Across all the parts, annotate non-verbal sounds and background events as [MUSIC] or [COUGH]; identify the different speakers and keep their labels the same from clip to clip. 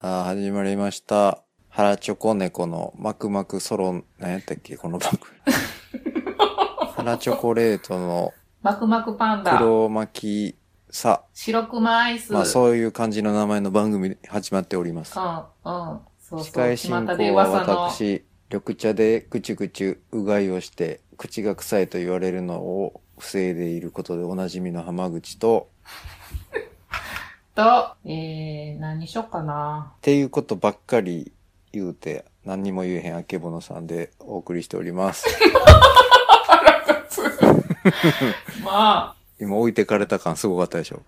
Speaker 1: あー始まりました。腹チョコ猫のマクマクソロ、何やったっけこの番
Speaker 2: [LAUGHS]
Speaker 1: 組。腹チョコレートの
Speaker 2: マクマクパンダ、
Speaker 1: 黒巻さ。
Speaker 2: 白熊アイス。
Speaker 1: まあ
Speaker 2: う。
Speaker 1: そういう感じの名前の番組で始まっております
Speaker 2: う。ん、うん。そう
Speaker 1: 司会進行は私、緑茶でぐちゅぐちゅうがいをして、口が臭いと言われるのを防いでいることでおなじみの浜口と、
Speaker 2: と、えー、何しよっかな
Speaker 1: っ。ていうことばっかり言うて、何にも言えへんあけぼのさんでお送りしております。
Speaker 2: [LAUGHS] ま
Speaker 1: 今置いてかれた感すごかったでしょ。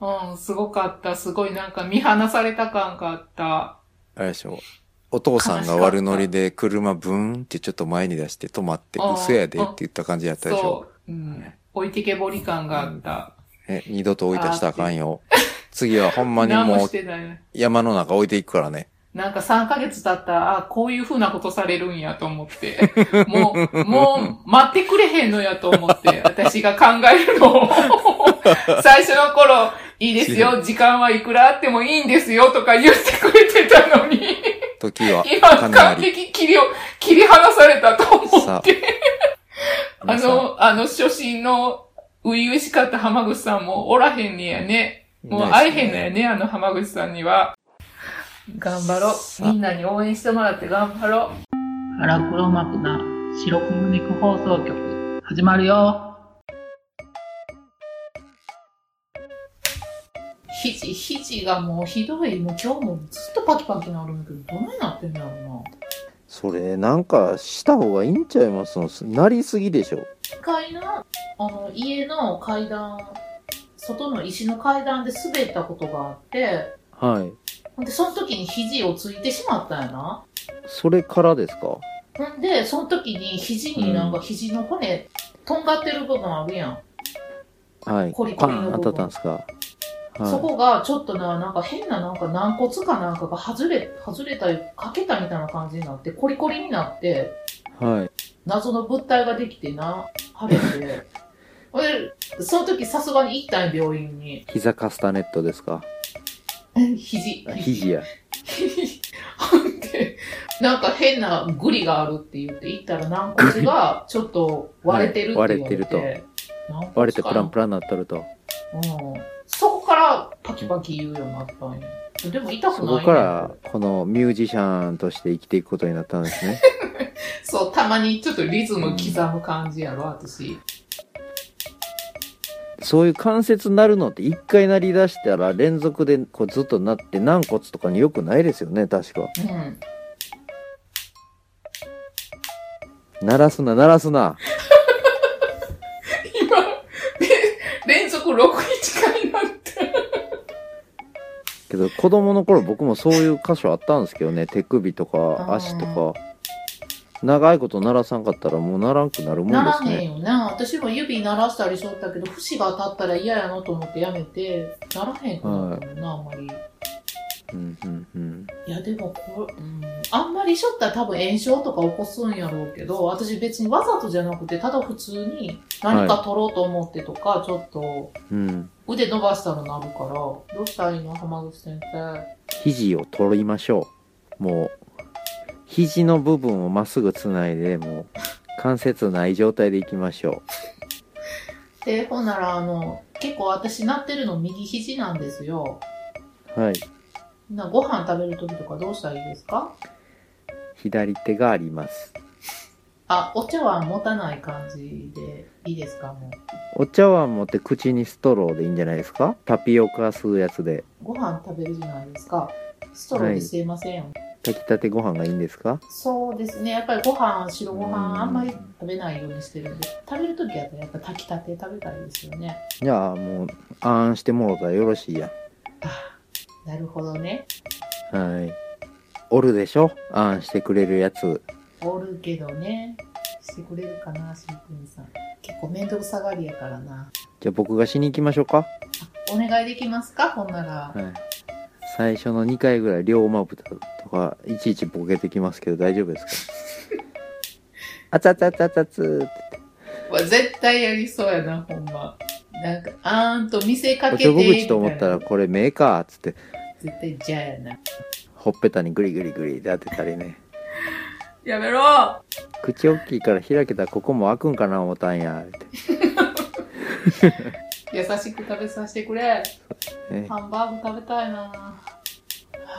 Speaker 2: あ、うん、すごかった。すごいなんか見放された感があった。
Speaker 1: あれでしょ。お父さんが悪ノリで車ブーンってちょっと前に出して止まって、
Speaker 2: うん
Speaker 1: 嘘やでって言った感じやったでしょ。
Speaker 2: そう。うん。置いてけぼり感があった。
Speaker 1: ね、二度と追い出したらあかんよ。次はほんまに
Speaker 2: 何も
Speaker 1: もう
Speaker 2: してない。
Speaker 1: 山の中置いていくからね。
Speaker 2: なんか3ヶ月経ったら、あ、こういう風なことされるんやと思って。 [LAUGHS] もう、もう、待ってくれへんのやと思って、私が考えるの
Speaker 1: [LAUGHS]
Speaker 2: を。最初の頃、いいですよ、時間はいくらあってもいいんですよとか言ってくれてたのに、
Speaker 1: 時は
Speaker 2: [LAUGHS] 今
Speaker 1: 金な
Speaker 2: 完
Speaker 1: り。
Speaker 2: 璧切りを、切り離されたと思って。あ
Speaker 1: 皆さん、
Speaker 2: の、あの初心の、初々しかった浜口さんもおらへんねやね。もう会えへんのや
Speaker 1: ね。
Speaker 2: ね、あの浜口さんには。頑張ろ
Speaker 1: さ
Speaker 2: う。みんなに応援してもらって頑張ろう。腹黒幕な白黒肉放送局、始まるよ。肘、肘がもうひどい。もう今日もずっとパキパキなるんだけど、どないなってんだろうな。
Speaker 1: それ、なんか、した方がいいんちゃいますのなりすぎでしょ。
Speaker 2: 一階の、あの、家の階段、外の石の階段で滑ったことがあって、
Speaker 1: はい。
Speaker 2: ほんで、その時に肘をついてしまったんやな。
Speaker 1: それからですか
Speaker 2: ほんで、その時に肘になんか肘の骨、とんがってる部分あるやん。
Speaker 1: はい。
Speaker 2: コリ
Speaker 1: パ
Speaker 2: コリの
Speaker 1: ーン当たったんですかはい。
Speaker 2: そこがちょっとな、なんか変ななんか軟骨かなんかが外れ、外れたり、かけたみたいな感じになって、コリコリになって、
Speaker 1: はい。
Speaker 2: 謎の物体ができてな、腫れて。 [LAUGHS] ほんで、その時さすがに行ったんや病院に。
Speaker 1: 膝カスタネットですか
Speaker 2: 肘。
Speaker 1: あ肘や。
Speaker 2: ほん [LAUGHS] で、なんか変なグリがあるって言って行ったら軟骨がちょっと割れてるって言われて。
Speaker 1: はい割れてる割れて
Speaker 2: 軟骨かな
Speaker 1: プランプランなっとると。
Speaker 2: うん、そこからパキパキ言うようになったんや。でも痛く
Speaker 1: そ
Speaker 2: ない、ね、
Speaker 1: こから、このミュージシャンとして生きていくことになったんですね。
Speaker 2: そう、たまにちょっとリズム刻む感じやろ、私。
Speaker 1: そういう関節なるのって一回なり出したら連続でこうずっとなって軟骨とかに良くないですよね、確か。
Speaker 2: うん。
Speaker 1: 鳴らすな、鳴らすな。
Speaker 2: 今、 [LAUGHS] れ連続6日間になって。
Speaker 1: けど子供の頃僕もそういう箇所あったんですけどね手首とか
Speaker 2: ー
Speaker 1: 足とか長いこと鳴らさんかったらもうならんくなるも
Speaker 2: なん
Speaker 1: で
Speaker 2: ら
Speaker 1: す
Speaker 2: ねえ
Speaker 1: ね
Speaker 2: よな。私も指鳴らしたりしとったけど、節が当たったら嫌やなと思ってやめて、ならへんくなったもんな、あんまり。
Speaker 1: うんうんうん
Speaker 2: いや、でもこれ、うん、あんまりしょったら多分炎症とか起こすんやろうけど、私別にわざとじゃなくて、ただ普通に何か取ろうと思ってとか、ちょっと
Speaker 1: うん
Speaker 2: 腕伸ばしたらなるから、どうしたらいいの浜口先生。
Speaker 1: 肘を取りましょうもう肘の部分をまっすぐつないでもう関節ない状態でいきましょ
Speaker 2: で、ほんなら、あの、結構私なってるの右肘なんですよ。
Speaker 1: うはい
Speaker 2: なご飯食べるときとかどうしたらいいですか
Speaker 1: 左手があります
Speaker 2: あ、お茶碗持たない感じでいいですかもう。
Speaker 1: お茶碗持って口にストローでいいんじゃないですかタピオカ吸うやつで
Speaker 2: ご飯食べるじゃないですか。ストローで吸えませんよね
Speaker 1: 炊きたてご飯がいいんですか
Speaker 2: そうですね。やっぱりご飯、白ご
Speaker 1: うん
Speaker 2: 飯、あんまり食べないようにしてるんで、食べるときはやっぱ炊きたて食べたいですよね。
Speaker 1: じゃあもうあんしてもろたらよろしいやん
Speaker 2: なるほどね。
Speaker 1: はい。おるでしょあんしてくれるやつ。
Speaker 2: おるけどね。してくれるかな、飼育員さん。結構面倒くさがりやからな。
Speaker 1: じゃあ僕がしに行きましょうか。
Speaker 2: お願いできますかほんなら。
Speaker 1: はい。最初の2回ぐらい両まぶたとか、いちいちボケてきますけど大丈夫ですかあつあつあつあつあつ
Speaker 2: わ絶対やりそうやな、ほんま。なんか、あーんと見せか
Speaker 1: お
Speaker 2: け
Speaker 1: ち
Speaker 2: て
Speaker 1: ょ
Speaker 2: み
Speaker 1: ぼ
Speaker 2: たいな。
Speaker 1: 口と思ったらこれ目かっつって。
Speaker 2: 絶対じゃあやな。
Speaker 1: ほっぺたにグリグリグリって当てたりね
Speaker 2: やめろ
Speaker 1: 口大きいから開けたらここも開くんかな思ったんやって、
Speaker 2: 優しく食べさせてくれ。
Speaker 1: ね、
Speaker 2: ハンバーグ食べたいな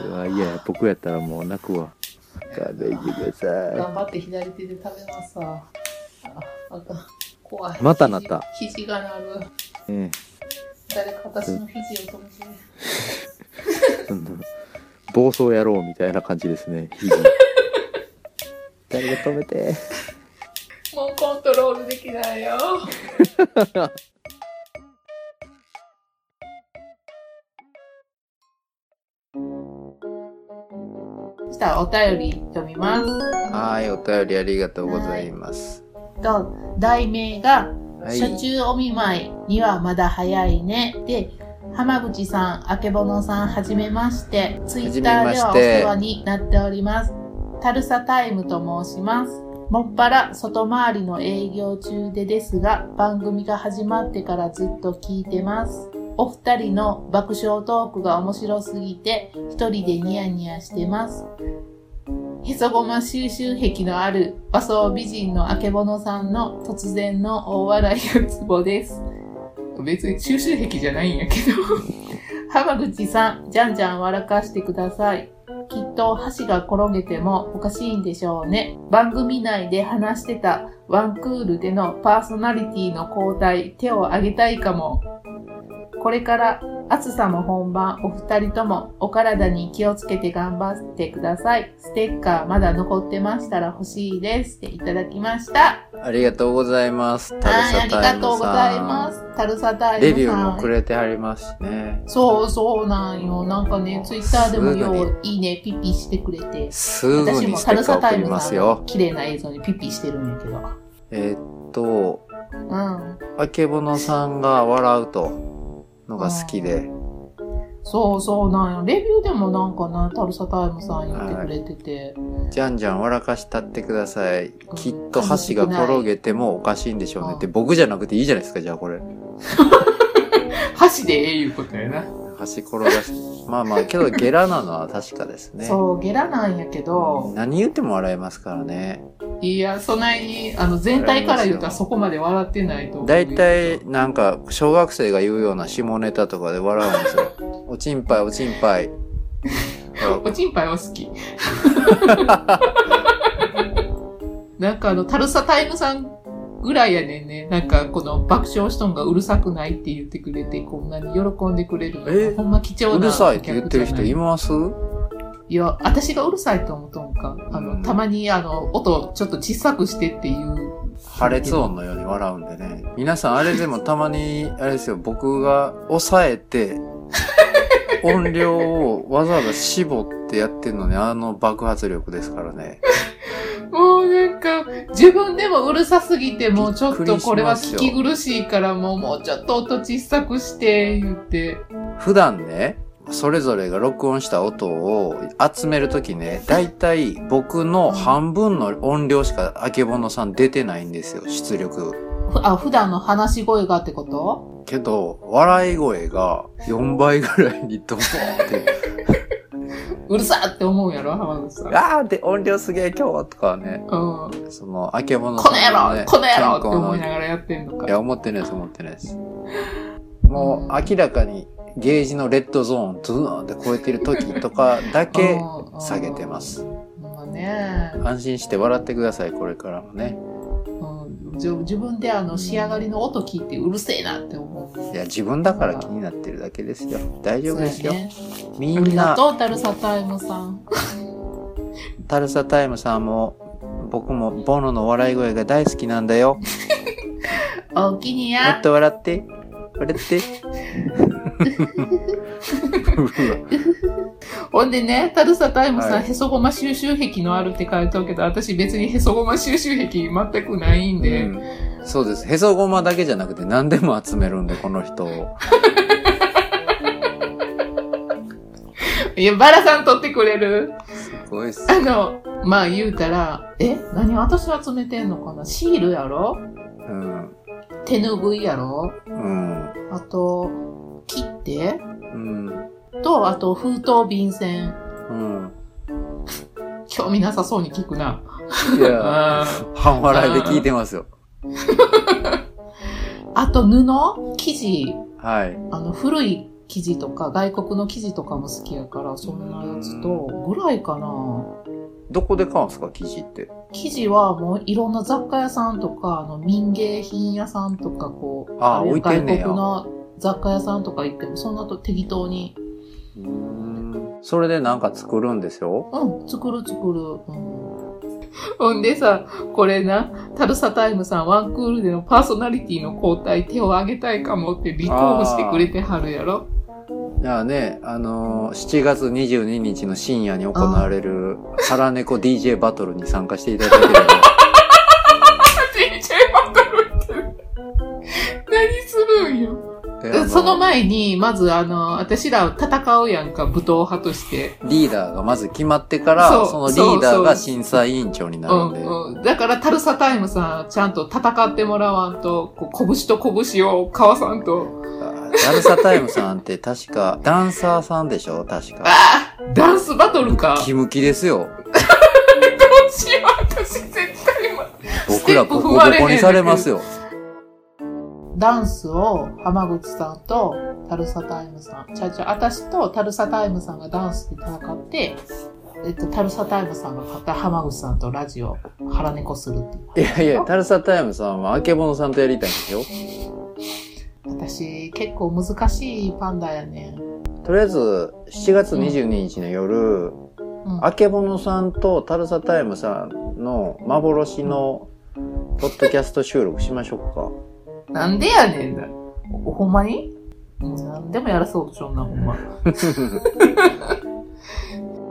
Speaker 1: うわいや僕やったらもう泣くわ食べてくださ
Speaker 2: 頑張って左手で食べますわ。あ、あかん。怖い。
Speaker 1: またなった
Speaker 2: 肘。肘が鳴る。
Speaker 1: い、ね、
Speaker 2: 誰か私の肘を止めて。
Speaker 1: その暴走野郎みたいな感じですね肘誰が止めて
Speaker 2: もうコントロールできないよ。そしたらお便り読みます。
Speaker 1: はいお便りありがとうございます
Speaker 2: と、題名が、
Speaker 1: はい
Speaker 2: 車中お見舞いにはまだ早いね。で、浜口さん、あけぼのさん、はじめまして。ツイッターではお世話になっております。タルサタイムと申します。もっぱら外回りの営業中でですが、番組が始まってからずっと聞いてます。お二人の爆笑トークが面白すぎて、一人でニヤニヤしてます。へそごま収集癖のある和装美人のあけぼのさんの突然の大笑いがツボです。別に収集癖じゃないんやけど。浜口さん、じゃんじゃん笑かしてください。きっと箸が転げてもおかしいんでしょうね。番組内で話してたワンクールでのパーソナリティの交代、手を挙げたいかも。これから暑さも本番、お二人ともお体に気をつけて頑張ってください。ステッカーまだ残ってましたら欲しいです。っていただきました。
Speaker 1: ありがとうございます
Speaker 2: はい、ありがとうございま
Speaker 1: ん
Speaker 2: す。タルサタイムさん。
Speaker 1: レビューもくれてはりますしね
Speaker 2: そうそうなんよ。なんかね、ツイッターでも
Speaker 1: すぐ
Speaker 2: よういいね、ピッピしてくれて。
Speaker 1: すぐ
Speaker 2: 私
Speaker 1: に
Speaker 2: も
Speaker 1: ス
Speaker 2: タ
Speaker 1: テ
Speaker 2: ル
Speaker 1: ッカー
Speaker 2: サタ
Speaker 1: 送
Speaker 2: イ
Speaker 1: り
Speaker 2: ム
Speaker 1: ま
Speaker 2: さ
Speaker 1: す
Speaker 2: んの
Speaker 1: よ
Speaker 2: 綺麗な映像にピッピしてるんやけど。
Speaker 1: えーっと
Speaker 2: うん。
Speaker 1: あけぼのさんが笑うとのが好きで
Speaker 2: そうそうなんよ。レビューでもなんかな、タルサタイムさん言ってくれてて。
Speaker 1: じゃんじゃん笑かしたってください。きっと箸が転げてもおかしいんでしょうねって、僕じゃなくていいじゃないですか、じゃあこれ。
Speaker 2: 箸でええいうことやな。
Speaker 1: 箸転がし。まあまあ、けどゲラなのは確かですね。
Speaker 2: そう、ゲラなんやけど。
Speaker 1: 何言っても笑えますからね。
Speaker 2: いや、そないに、あの、全体から言うたらそこまで笑ってないと思う。
Speaker 1: 大体、なんか、小学生が言うような下ネタとかで笑うんです
Speaker 2: [LAUGHS]
Speaker 1: よ。おちんぱい、おちんぱい。
Speaker 2: おちんぱいは好 [LAUGHS] き。なんかあの、タルサタイムさんぐらいやねんね。なんかこの爆笑しとんがうるさくないって言ってくれて、こんなに喜んでくれるの。
Speaker 1: え
Speaker 2: ほんま貴重な
Speaker 1: うる
Speaker 2: お客じゃ
Speaker 1: さ
Speaker 2: ない
Speaker 1: って言ってる人い
Speaker 2: い
Speaker 1: ます
Speaker 2: や、私がうるさいと思うとんか。あ
Speaker 1: うん
Speaker 2: の、たまにあの、音ちょっと小さくしてっていう。
Speaker 1: 破裂音のように笑うんでね。皆さんあれでもたまに、あれですよ、僕が抑えて、
Speaker 2: [LAUGHS]
Speaker 1: 音量をわざわざ絞ってやってるのに、あの爆発力ですからね。
Speaker 2: もうなんか、自分でもうるさすぎて、もうちょっとこれは
Speaker 1: びっ
Speaker 2: 聞
Speaker 1: くりし
Speaker 2: き
Speaker 1: ます
Speaker 2: 苦しいから、もうもうちょっと音小さくして、言って。
Speaker 1: 普段ね、それぞれが録音した音を集めるときね、だいたい僕の半分の音量しかあけぼのさん出てないんですよ、出力。
Speaker 2: ふあ、普段の話し声がってこと
Speaker 1: けど、笑い声が4倍ぐらいにドーンって
Speaker 2: うるさって思うやろ、浜口さん。うん。
Speaker 1: [LAUGHS] あーって音量すげえ今日とかね、
Speaker 2: この
Speaker 1: その、あけぼの
Speaker 2: 野郎この野郎って思いな
Speaker 1: ら。
Speaker 2: がらやってんの
Speaker 1: い
Speaker 2: か。
Speaker 1: や、思ってないです、思ってないです。もう、明らかにゲージのレッドゾーン、ズーンって超えてる時とかだけ [LAUGHS]
Speaker 2: うん
Speaker 1: 下げてます。
Speaker 2: まあね、
Speaker 1: 安心して笑ってください、これからもね。
Speaker 2: うん、じ自分であの仕上がりの音聞いてうるせえなって思う。
Speaker 1: いや、自分だから気になってるだけですよ。大丈夫ですよ
Speaker 2: そう。やね
Speaker 1: み
Speaker 2: あり
Speaker 1: ん
Speaker 2: が
Speaker 1: な、
Speaker 2: とう、タルサタイムさん。
Speaker 1: タルサタイムさんも、僕もボノの笑い声が大好きなんだよ。も
Speaker 2: おおきに
Speaker 1: っ
Speaker 2: や。
Speaker 1: と笑って、笑
Speaker 2: [LAUGHS]
Speaker 1: って。うわ
Speaker 2: ほんでね、タルサタイムさん、
Speaker 1: はい
Speaker 2: へそごま収集癖のあるって書いてあるけど、私別にへそごま収集癖全くないんで。
Speaker 1: うん、そうです。へそごまだけじゃなくて何でも集めるんで、この人を。
Speaker 2: いや、バラさん取ってくれる
Speaker 1: すごいっす。
Speaker 2: あの、まあ言うたら、え何私集めてんのかなシールやろ
Speaker 1: うん。
Speaker 2: 手ぬぐいやろ
Speaker 1: うん。
Speaker 2: あと、切手
Speaker 1: うん。
Speaker 2: [LAUGHS] と、あと封筒便箋。
Speaker 1: うん。
Speaker 2: 興味なさそうに聞くな。
Speaker 1: いや、
Speaker 2: あ
Speaker 1: 半笑いで聞いてますよ。
Speaker 2: あと布生地、
Speaker 1: はい。
Speaker 2: あの、古い生地とか、外国の生地とかも好きやから、そんなやつと、ぐらいかな。
Speaker 1: どこで買うんすか生地って。
Speaker 2: 生地はもういろんな雑貨屋さんとか、あの民芸品屋さんとか、こう、
Speaker 1: あー
Speaker 2: る
Speaker 1: 置いてんねや
Speaker 2: 外国の雑貨屋さんとか行っても、そんなと適当に、
Speaker 1: うん。それでなんか作るんでしょ
Speaker 2: うん、作る作る。うんほんでさ、これな、タルサタイムさん、ワンクールでのパーソナリティの交代、手を挙げたいかもって、立候補してくれてはるやろ。
Speaker 1: いやね、あのー、7月22日の深夜に行われる、腹猫 DJ バトルに参加していただければ。
Speaker 2: [LAUGHS] DJ バトルって何するんよ。
Speaker 1: であ
Speaker 2: その前に、まずあの、私ら戦うやんか、武闘派として。
Speaker 1: リーダーがまず決まってから、
Speaker 2: そう
Speaker 1: そのリーダー
Speaker 2: そうそう
Speaker 1: が審査委員長にな
Speaker 2: う
Speaker 1: るん
Speaker 2: ん
Speaker 1: で。
Speaker 2: うん。だから、タルサタイムさん、ちゃんと戦ってもらわんと、こう拳と拳をかわさんと。
Speaker 1: あーダルサタイムさんって確か、ダンサーさんでしょ確か。
Speaker 2: ああダンスバトルか。
Speaker 1: ム
Speaker 2: ど
Speaker 1: キムキですよ。
Speaker 2: うしよう、私絶対今。
Speaker 1: 僕ら
Speaker 2: ステッ
Speaker 1: ボ
Speaker 2: プ
Speaker 1: コ
Speaker 2: 踏
Speaker 1: ボ
Speaker 2: まれへん
Speaker 1: コにされますよ。
Speaker 2: ダンスを浜口さんとタルサタイムさん、ちゃうちゃう、私とタルサタイムさんがダンスで戦って、えっと、タルサタイムさんが勝った浜口さんとラジオ、腹猫するっていう。
Speaker 1: いやいや、タルサタイムさんはあけぼのさんとやりたいんですよ。
Speaker 2: 私、結構難しいパンダやねん。
Speaker 1: とりあえず、7月22日の夜、
Speaker 2: うん。
Speaker 1: あけぼのさんとタルサタイムさんの幻のポッドキャスト収録しましょう
Speaker 2: なんでやねんだ。おほんまにもう何でもやらそうとしょんな、ほんま。
Speaker 1: か。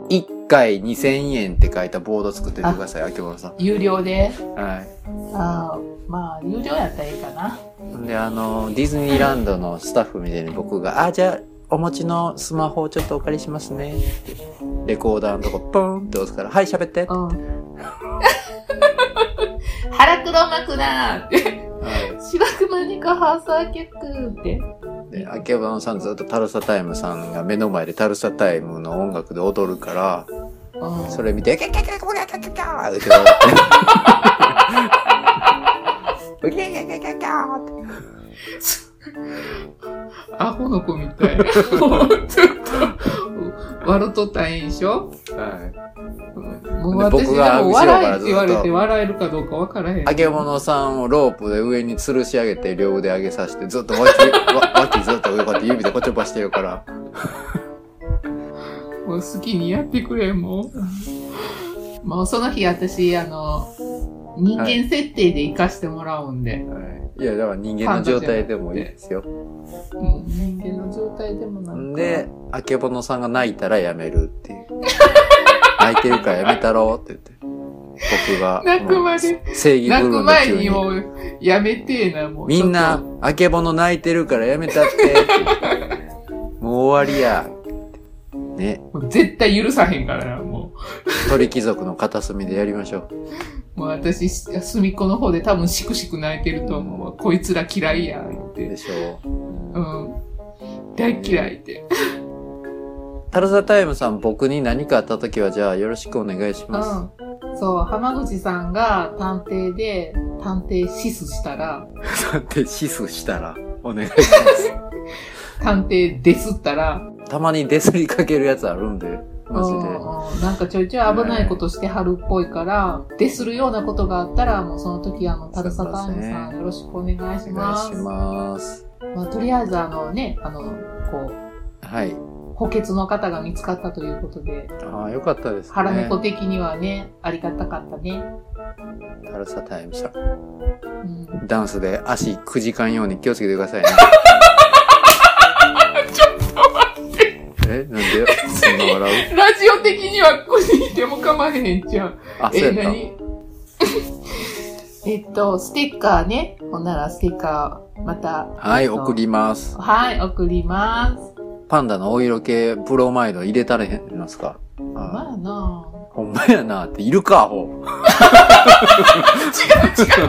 Speaker 1: 1回2000円って書いたボード作っててください、あけぼのさ
Speaker 2: 有料
Speaker 1: ん。
Speaker 2: で。
Speaker 1: はい。
Speaker 2: ああ、まあ、有料やったらいいかな。
Speaker 1: で、あの、ディズニーランドのスタッフみたいに僕が、あ、じゃあ、お持ちのスマホをちょっとお借りしますね。ってレコーダーのとこ、ポンって押すから、はい、喋って。は
Speaker 2: うん。腹黒幕だーって。白熊猫ハウスアーキャックって。
Speaker 1: い。で、あけぼのさんずっとタルサタイムさんが目の前でタルサタイムの音楽で踊るから、
Speaker 2: うん
Speaker 1: それ見て、キャキャキャキャキャキャキャーって笑って。キャキャキャキャキャーって
Speaker 2: アホの子み
Speaker 1: [LAUGHS]
Speaker 2: たい。もうちょっと、笑っとったらええんしょもう私
Speaker 1: 僕
Speaker 2: で
Speaker 1: が
Speaker 2: も
Speaker 1: 後ろから
Speaker 2: 笑えって言われ
Speaker 1: ずってと
Speaker 2: 笑えるかどうかわからへん。
Speaker 1: 揚げ物さんをロープで上に吊るし上げて、両腕上げさせて、ずっと脇、わ脇ずっと上こうやって指でこちょばしてるから。
Speaker 2: もう好きにやってく
Speaker 1: [LAUGHS]
Speaker 2: れ、もう。もうその日私、あの、人間設定で活かしてもらうんで、
Speaker 1: いや、だから人間の状態でもいいですよ。
Speaker 2: うん人間の状態でもなん
Speaker 1: ん
Speaker 2: か。
Speaker 1: で、あけぼのさんが泣いたらやめるっていう。泣いてるからやめたろうって言って。僕が。
Speaker 2: 泣くまで
Speaker 1: もう正義
Speaker 2: 泣
Speaker 1: ブル
Speaker 2: く
Speaker 1: ーの
Speaker 2: 前
Speaker 1: 急
Speaker 2: に
Speaker 1: に。
Speaker 2: もう、やめてえな、もう。
Speaker 1: みんな、あけぼの泣いてるからやめたって。
Speaker 2: [LAUGHS]
Speaker 1: もう終わりや。ね、
Speaker 2: もう絶対許さへんからな、もう。
Speaker 1: 鳥貴族の片隅でやりましょう。
Speaker 2: もう私、隅っこの方で多分シクシク泣いてると思うわ。こいつら嫌いや、言って
Speaker 1: で。しょ
Speaker 2: う
Speaker 1: う。
Speaker 2: ん。大嫌いって。
Speaker 1: タルサタイムさん、僕に何かあった時は、じゃあよろしくお願いし
Speaker 2: う
Speaker 1: ま
Speaker 2: ん。そう、浜口さんが探偵で、探偵シスしたら、
Speaker 1: す。だってシスしたら、お願いし
Speaker 2: [LAUGHS]
Speaker 1: ま
Speaker 2: 探偵デスったら、
Speaker 1: す。たまにデスりかけるやつあるんで、マジ
Speaker 2: う
Speaker 1: で。
Speaker 2: んうんなんかちょいちょい危ないことしてはるっぽいから、デスるようなことがあったら、もうその時、あの、タルサタイムさん、よろしくお願いし
Speaker 1: お
Speaker 2: ま
Speaker 1: 願
Speaker 2: す。
Speaker 1: いします。
Speaker 2: まあ、とりあえず、あのね、あの、こ
Speaker 1: はい。
Speaker 2: う、補欠の方が見つかったということで、
Speaker 1: ああ、よかったですね。
Speaker 2: 腹猫的にはね、ありがたかったね。
Speaker 1: タルサタイムさん。
Speaker 2: うん、
Speaker 1: ダンスで足くじかんように気をつけてください [LAUGHS] ね。ちょっと待って。え、なんでそんな笑う
Speaker 2: ラジオ的にはこにいても構わへんじゃん。
Speaker 1: あ、そう
Speaker 2: え、
Speaker 1: やった。
Speaker 2: 何 [LAUGHS] えっと、ステッカーね。ほんならステッカー、また。
Speaker 1: はい、
Speaker 2: えっと
Speaker 1: 送。ります。
Speaker 2: はい、送ります。
Speaker 1: パンダのお色系ブロマイド入れたれへんますかあ
Speaker 2: まあな
Speaker 1: ーほんまやなって、いるか、アホ。
Speaker 2: そこじゃ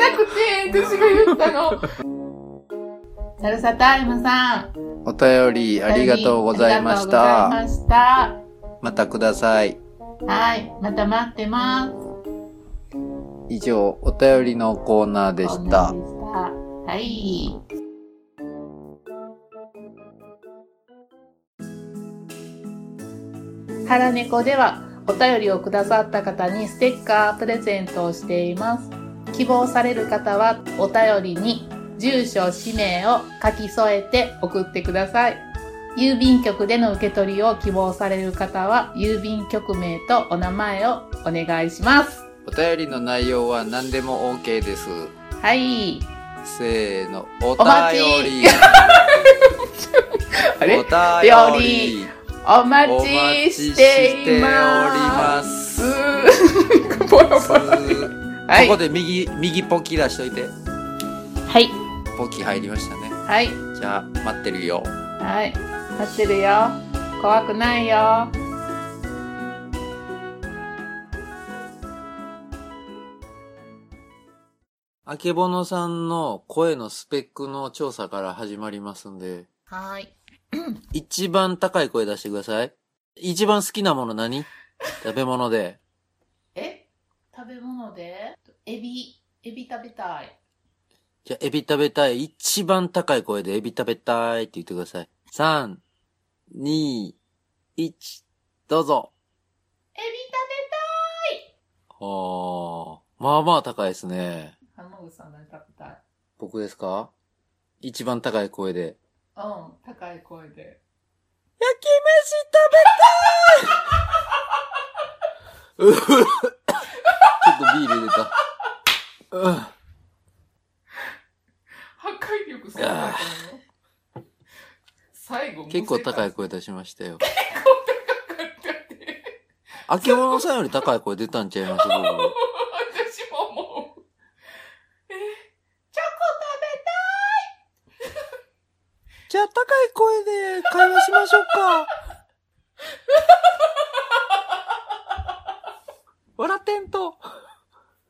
Speaker 2: なくて、私が言ったの。サルサタイムさん、
Speaker 1: お便りありがとうございました。
Speaker 2: あり
Speaker 1: ま
Speaker 2: がとうございま
Speaker 1: たください。
Speaker 2: した。はい。また待ってます。
Speaker 1: 以上、お便りのコーナーで
Speaker 2: こん
Speaker 1: し
Speaker 2: な
Speaker 1: た
Speaker 2: ん。でしたはい。腹猫ではお便りをくださった方にステッカープレゼントをしています。希望される方はお便りに住所、氏名を書き添えて送ってください。郵便局での受け取りを希望される方は郵便局名とお名前をお願いします。
Speaker 1: お便りの内容は何でも OK です。
Speaker 2: はい。
Speaker 1: せーの、お
Speaker 2: お待ち
Speaker 1: [LAUGHS] 便り。
Speaker 2: あれ
Speaker 1: お便り。
Speaker 2: お
Speaker 1: お
Speaker 2: 待
Speaker 1: 待ち
Speaker 2: ちし
Speaker 1: してて
Speaker 2: い
Speaker 1: おり
Speaker 2: ま
Speaker 1: ます。
Speaker 2: す。ボロボロ。 [LAUGHS] はい
Speaker 1: ここ。で右、右ポキ出しといて。
Speaker 2: はい。
Speaker 1: ポキ入りましたね。
Speaker 2: はい。
Speaker 1: じゃあ、待ってるよ。
Speaker 2: はい。待ってるよ。怖くないよ。
Speaker 1: あけぼのさんの声のスペックの調査から始まりますんで、
Speaker 2: はい。
Speaker 1: 一番高い声出してください。一番好きなもの何食べ物で。
Speaker 2: え食べ物でエビ、エビ食べたい。
Speaker 1: じゃあ、エビ食べたい。一番高い声でエビ食べたいって言ってください。3、2、1、どうぞ。
Speaker 2: エビ
Speaker 1: ああ、まあまあ高いですね。
Speaker 2: 食べたい浜口さん何食べたい
Speaker 1: 僕ですか一番高い声で。
Speaker 2: うん、高い声で。
Speaker 1: 焼き飯食べたいうふちょっとビール入れた。うん
Speaker 2: 破壊力すごいなと思う [LAUGHS] 最後、
Speaker 1: 結構高い
Speaker 2: む
Speaker 1: 声出しましたよ。
Speaker 2: せた。高かったって。 [LAUGHS]
Speaker 1: あけぼのさんより高い声出たんちゃいます僕
Speaker 2: 私も思う。え、チョコ食べ
Speaker 1: じゃあ高い声で会話しましょうか。笑ってんと。